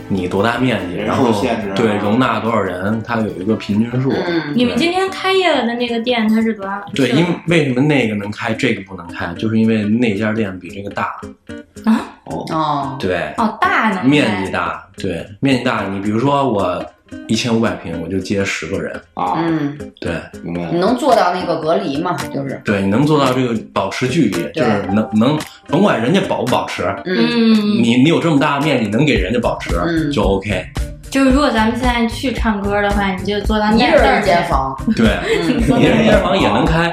Speaker 5: 你多大面积，
Speaker 4: 人数
Speaker 5: 然后
Speaker 4: 限制啊
Speaker 5: 对容纳多少人，它有一个平均数。
Speaker 1: 嗯，
Speaker 3: 你们今天开业了的那个店，它是多少？
Speaker 5: 对，
Speaker 3: 是
Speaker 5: 因为为什么那个能开，这个不能开，就是因为那家店比这个大，
Speaker 3: 啊，
Speaker 1: 哦，
Speaker 5: 对，
Speaker 3: 哦，大呢，
Speaker 5: 面积大，对，面积大。你比如说我一千五百平，我就接十个人，
Speaker 4: 啊，
Speaker 1: 嗯，
Speaker 5: 对
Speaker 4: 明白
Speaker 1: 你
Speaker 4: 了。
Speaker 1: 能做到那个隔离吗？就是，
Speaker 5: 对，你能做到这个保持距离，就是能能甭管人家保不保持，
Speaker 1: 嗯
Speaker 3: 嗯，
Speaker 5: 你你有这么大的面积能给人家保持、
Speaker 1: 嗯
Speaker 5: 就 OK，
Speaker 3: 就是如果咱们现在去唱歌的话，你就坐到
Speaker 1: 一
Speaker 3: 那
Speaker 1: 人
Speaker 3: 儿
Speaker 1: 一
Speaker 3: 去
Speaker 1: 间，房。
Speaker 5: 对。
Speaker 1: 嗯，
Speaker 5: 一人一间房也能开，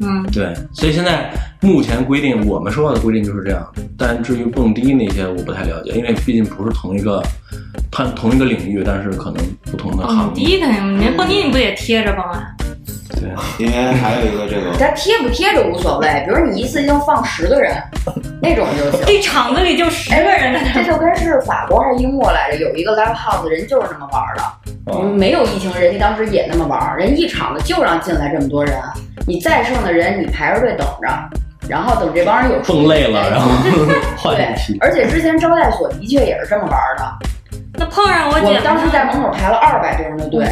Speaker 3: 嗯，
Speaker 5: 对，所以现在目前规定，我们收到的规定就是这样。但至于蹦迪那些，我不太了解，因为毕竟不是同一个，它同一个领域，但是可能不同的
Speaker 3: 蹦
Speaker 5: 行业。
Speaker 3: 迪肯定，您蹦迪你不也贴着蹦啊？
Speaker 5: 对，
Speaker 4: 因为还有一个这个
Speaker 1: 咱贴不贴着无所谓，比如你一次性放十个人，那种就 行。
Speaker 3: 这场子里就十个人在那
Speaker 1: 这
Speaker 3: 儿，
Speaker 1: 就跟是法国还是英国来着，有一个 live house 人就是那么玩儿的，
Speaker 4: 呃
Speaker 7: 嗯
Speaker 1: 没有疫情，人家当时也那么玩儿，人一场子就让进来这么多人，你再剩的人你排着队等着，然后等这帮人有出
Speaker 5: 蹦累了，然后 换
Speaker 1: 对
Speaker 5: 一批，。
Speaker 1: 而且之前招待所的确也是这么玩儿的，
Speaker 3: 那碰上我
Speaker 1: 我
Speaker 3: 姐
Speaker 1: 们当时在门口排了二百多人的队，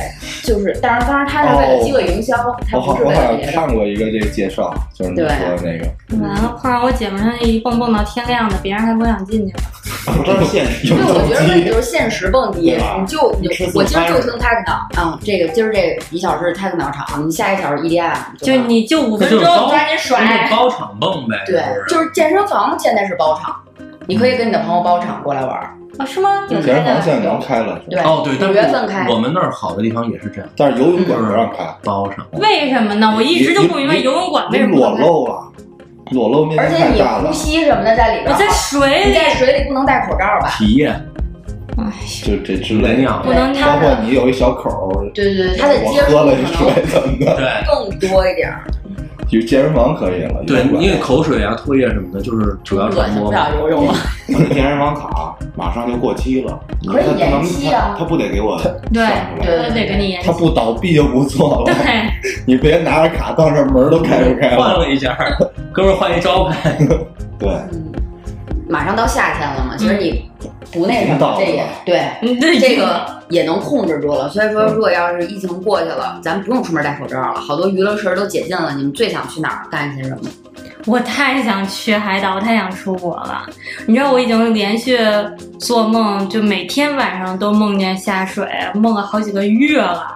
Speaker 1: 就是，但是当时他是为了饥饿营销，他
Speaker 7: 我好
Speaker 1: 不是
Speaker 7: 我
Speaker 1: 为
Speaker 7: 好
Speaker 1: 了
Speaker 7: 像
Speaker 1: 别的。
Speaker 7: 看过一个这个介绍，就是你
Speaker 1: 对
Speaker 7: 说的那个，
Speaker 3: 完了，嗯碰上我姐们儿那一蹦蹦到天亮的，别人还不想进去了。
Speaker 4: 不是现实
Speaker 1: 因为我觉得问题就是现实蹦迪，
Speaker 4: 对吧
Speaker 1: 你就你
Speaker 4: 吃
Speaker 1: 就
Speaker 4: 素
Speaker 1: 我今儿
Speaker 4: 餐
Speaker 1: 就听 techno 啊，这个今儿这一小时 techno 场，你下一小时 EDM，
Speaker 3: 就
Speaker 1: 吧
Speaker 3: 你就五
Speaker 5: 那
Speaker 3: 分
Speaker 5: 就是
Speaker 3: 钟，
Speaker 5: 高，
Speaker 1: 抓紧甩
Speaker 5: 那就是高场蹦呗，
Speaker 1: 对，
Speaker 5: 就
Speaker 1: 就是是健身房现在是包场，你可以跟你的朋友包场过来玩儿。
Speaker 3: 啊是吗？
Speaker 5: 嗯
Speaker 3: 有
Speaker 7: 健身房
Speaker 3: 开的，
Speaker 7: 现在能开了，是吧
Speaker 1: 对，
Speaker 5: 哦对，但
Speaker 1: 五月份开
Speaker 5: 是我们那儿好的地方也是这样，
Speaker 7: 但是游泳
Speaker 5: 就
Speaker 7: 馆
Speaker 5: 是
Speaker 7: 不让开，
Speaker 5: 包上。
Speaker 3: 为什么呢？我一直就不明白
Speaker 7: 你
Speaker 3: 游泳馆为
Speaker 7: 你
Speaker 3: 什
Speaker 7: 裸
Speaker 3: 么不能开。
Speaker 7: 露啊，裸露面
Speaker 1: 嗯而
Speaker 7: 积
Speaker 1: 且
Speaker 7: 太
Speaker 1: 你
Speaker 7: 大
Speaker 1: 呼
Speaker 7: 了，
Speaker 1: 吸什么的在里边
Speaker 3: 我
Speaker 1: 儿，
Speaker 3: 在水
Speaker 1: 你
Speaker 3: 里，
Speaker 1: 在水里不能戴口罩吧？
Speaker 5: 体验
Speaker 7: 就这之
Speaker 5: 营
Speaker 7: 类的，
Speaker 5: 养
Speaker 3: 不，能那
Speaker 1: 对
Speaker 7: 包
Speaker 3: 样。
Speaker 7: 括你有一小口儿，
Speaker 1: 对对对，嗯它的
Speaker 7: 我
Speaker 1: 接触
Speaker 7: 喝
Speaker 1: 可
Speaker 7: 了一水
Speaker 1: 能
Speaker 7: 怎么的，
Speaker 5: 对
Speaker 1: 更多一点儿。
Speaker 7: 就健身房可以了，
Speaker 5: 对，
Speaker 7: 游泳馆
Speaker 5: 因为口水啊、唾液什么的，就是主要
Speaker 1: 恶
Speaker 5: 传
Speaker 1: 心
Speaker 5: 播
Speaker 1: 不
Speaker 5: 嘛
Speaker 1: 了。游泳了，
Speaker 4: 我的健身房卡马上就过期了，你
Speaker 1: 可以
Speaker 4: 看他
Speaker 1: 延
Speaker 4: 能
Speaker 1: 期啊
Speaker 4: 他他不得给我
Speaker 3: 对
Speaker 4: 上出来
Speaker 1: 对
Speaker 3: 我得跟你演
Speaker 7: 他。不倒闭就不错了，
Speaker 3: 对，
Speaker 7: 你别拿着卡到这门儿都开不开
Speaker 5: 换
Speaker 7: 了，
Speaker 5: 了一下，哥们儿换一招牌，
Speaker 7: 对，
Speaker 1: 嗯，马上到夏天了嘛，其实你不那什
Speaker 7: 已经
Speaker 1: 么
Speaker 7: 到，了
Speaker 1: 这也对。
Speaker 3: 嗯对
Speaker 1: 这个也能控制住了，所以说，如果要是疫情过去了，咱不用出门戴口罩了，好多娱乐事儿都解禁了。你们最想去哪儿干些什么？
Speaker 3: 我太想去海岛，我太想出国了。你知道我已经连续做梦，就每天晚上都梦见下水，梦了好几个月了。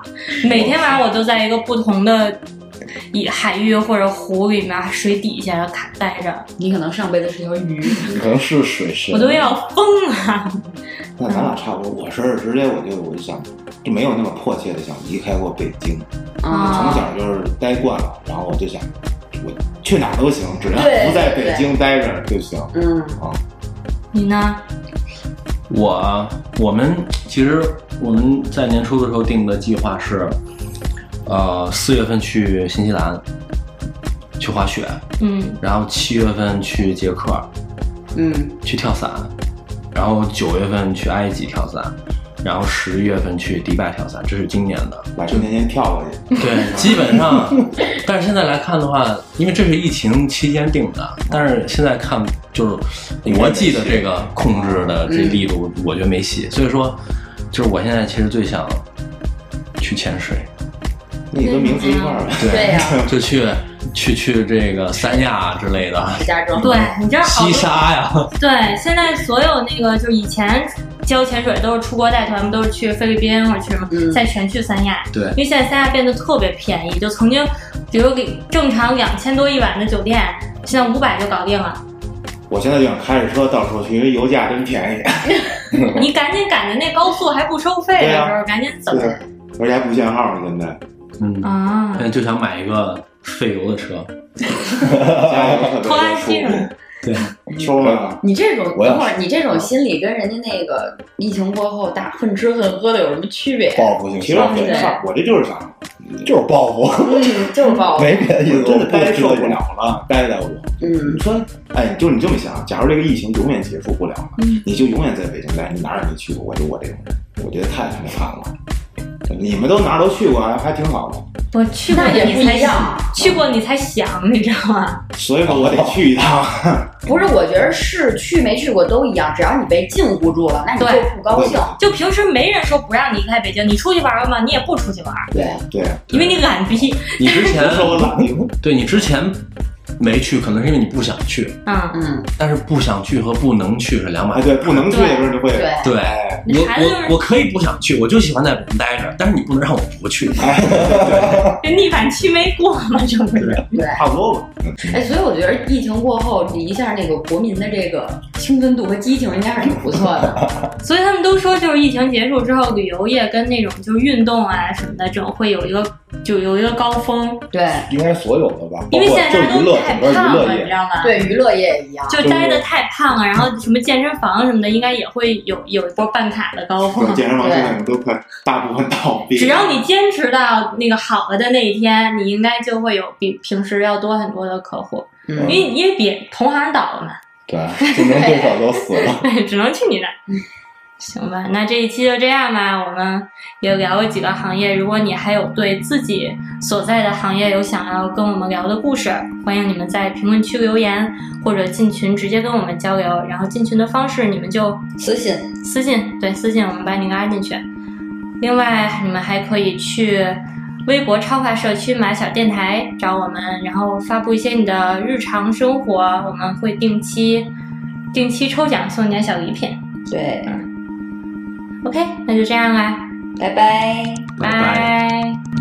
Speaker 3: 每天晚上我都在一个不同的一海域或者湖里面、水底下卡待着，
Speaker 1: 你可能上辈子是条鱼，
Speaker 7: 你可能是水神，
Speaker 3: 我都要疯了。
Speaker 4: 那咱俩差不多，我是直接我就我就想，就没有那么迫切的想离开过北京，
Speaker 1: 啊、
Speaker 4: 从小就是待惯了，然后我就想，我去哪儿都行，只要
Speaker 1: 对
Speaker 4: 不在北京待着就行。
Speaker 1: 嗯，
Speaker 3: 你呢？
Speaker 5: 我啊我们其实我们在年初的时候定的计划是，呃，四月份去新西兰去滑雪，
Speaker 3: 嗯，
Speaker 5: 然后七月份去捷克
Speaker 1: 嗯，
Speaker 5: 去跳伞，然后九月份去埃及跳伞，然后十月份去迪拜跳伞，这是今年的。
Speaker 4: 把春天先跳过去，
Speaker 5: 对，基本上，但是现在来看的话，因为这是疫情期间定的，但是现在看就是国际的这个控制的这力度，我觉得没戏。所以说，就是我现在其实最想去潜水，
Speaker 4: 那你跟名字一块儿呗。
Speaker 1: 对呀、
Speaker 5: 就去去去这个三亚之类 的，
Speaker 1: 石家庄，
Speaker 3: 对，你知道好
Speaker 5: 西
Speaker 3: 多。
Speaker 5: 沙呀，
Speaker 3: 对，现在所有那个就是以前教潜水都是出国带团，都是去菲律宾或者去什么，
Speaker 1: 嗯
Speaker 3: 现在全去三亚。
Speaker 5: 对
Speaker 3: 因为现在三亚变得特别便宜，就曾经比如给正常两千多一晚的酒店，现在五百就搞定了。
Speaker 4: 我现在就想开着车到处去，因为油价真便宜，
Speaker 3: 你赶紧赶着那高速还不收费
Speaker 4: 对
Speaker 3: 的
Speaker 4: 啊
Speaker 3: 时候，赶紧走
Speaker 4: 对，而且还不限号呢，现在
Speaker 5: 嗯，
Speaker 3: 啊
Speaker 5: 现！在就想买一个费油的车，
Speaker 4: 加油特
Speaker 3: 拖拉机
Speaker 4: 别
Speaker 3: 是吗
Speaker 4: 的
Speaker 5: 对，
Speaker 4: 舒服，秋啊，
Speaker 1: 你这种
Speaker 7: 我要嗯
Speaker 1: 等会儿，你这种心理跟人家那个疫情过后大混吃混喝的有什么区别？
Speaker 7: 报复性
Speaker 4: 其实
Speaker 7: 消
Speaker 4: 我
Speaker 7: 费
Speaker 4: 这，我这就是想
Speaker 7: 就是报复，
Speaker 1: 嗯，就是报复，
Speaker 7: 没别的意思，
Speaker 4: 真
Speaker 7: 我
Speaker 4: 的
Speaker 7: 不
Speaker 4: 待
Speaker 7: 知
Speaker 4: 受
Speaker 7: 道
Speaker 4: 不了了，待在我。
Speaker 1: 嗯
Speaker 4: 你说，哎，就你这么想，假如这个疫情永远结束不了，你就永远在北京待，你哪儿也没去过，我就我这种人，我觉得太他妈惨了。你们都哪儿都去过，还还挺好的，
Speaker 3: 我去过
Speaker 1: 那也不
Speaker 3: 你才
Speaker 1: 一样，
Speaker 3: 去过你才想，你知道吗？
Speaker 4: 所以我得去一趟。
Speaker 1: 不是，我觉得是去没去过都一样，只要你被禁锢住了，那你就
Speaker 3: 对
Speaker 1: 不高兴。
Speaker 3: 就平时没人说不让你离开北京，你出去玩了吗？你也不出去玩，
Speaker 1: 对，
Speaker 4: 对，
Speaker 3: 因为你懒逼。
Speaker 5: 你之 前
Speaker 4: 说我懒，你
Speaker 5: 对你之前没去，可能是因为你不想去，
Speaker 3: 嗯，
Speaker 1: 嗯，
Speaker 5: 但是不想去和不能去是两码
Speaker 4: 哎，
Speaker 5: 事。
Speaker 4: 对，不能去的时候就会，
Speaker 1: 对，
Speaker 5: 对，
Speaker 3: 哎你
Speaker 5: 我
Speaker 3: 孩子就是
Speaker 5: 我我可以不想去，我就喜欢在北京待着，但是你不能让我不去。
Speaker 3: 哎就逆反期没过嘛，这不是？
Speaker 4: 差不多吧。嗯
Speaker 1: 哎，所以我觉得疫情过后，一下那个国民的这个青春度和激情应该是挺不错的。
Speaker 3: 所以他们都说，就是疫情结束之后，旅游业跟那种就是运动啊什么的，这种会有一个就有一个高峰，
Speaker 1: 对，
Speaker 7: 应该是所有的吧，包
Speaker 3: 因为
Speaker 7: 括
Speaker 3: 现在
Speaker 7: 就
Speaker 3: 大家
Speaker 7: 是娱
Speaker 3: 都
Speaker 7: 乐
Speaker 3: 太
Speaker 7: 整个娱
Speaker 3: 胖了，
Speaker 7: 乐
Speaker 3: 你知
Speaker 7: 业，
Speaker 3: 道吗？
Speaker 1: 对，娱乐业一样。
Speaker 3: 就待的太胖了，然后什么健身房什么的，应该也会有有一波办卡的高峰
Speaker 4: 对，。健身房现在都快大部分倒闭了。
Speaker 3: 只要你坚持到那个好了的那一天，你应该就会有比平时要多很多的客户，因
Speaker 1: 嗯，
Speaker 3: 为因为别同行倒了嘛，
Speaker 7: 对，竞争对手都死 了。
Speaker 3: 只能去你那儿。行吧，那这一期就这样吧。我们也聊了几个行业，如果你还有对自己所在的行业有想要跟我们聊的故事，欢迎你们在评论区留言，或者进群直接跟我们交流。然后进群的方式，你们就
Speaker 1: 私信
Speaker 3: 私信，对私信，我们把你拉进去。另外，你们还可以去微博超话社区马小电台找我们，然后发布一些你的日常生活，我们会定期定期抽奖送你点小礼品。
Speaker 1: 对，
Speaker 3: OK，那就这样啦，
Speaker 1: 拜拜。
Speaker 5: 拜拜
Speaker 3: 拜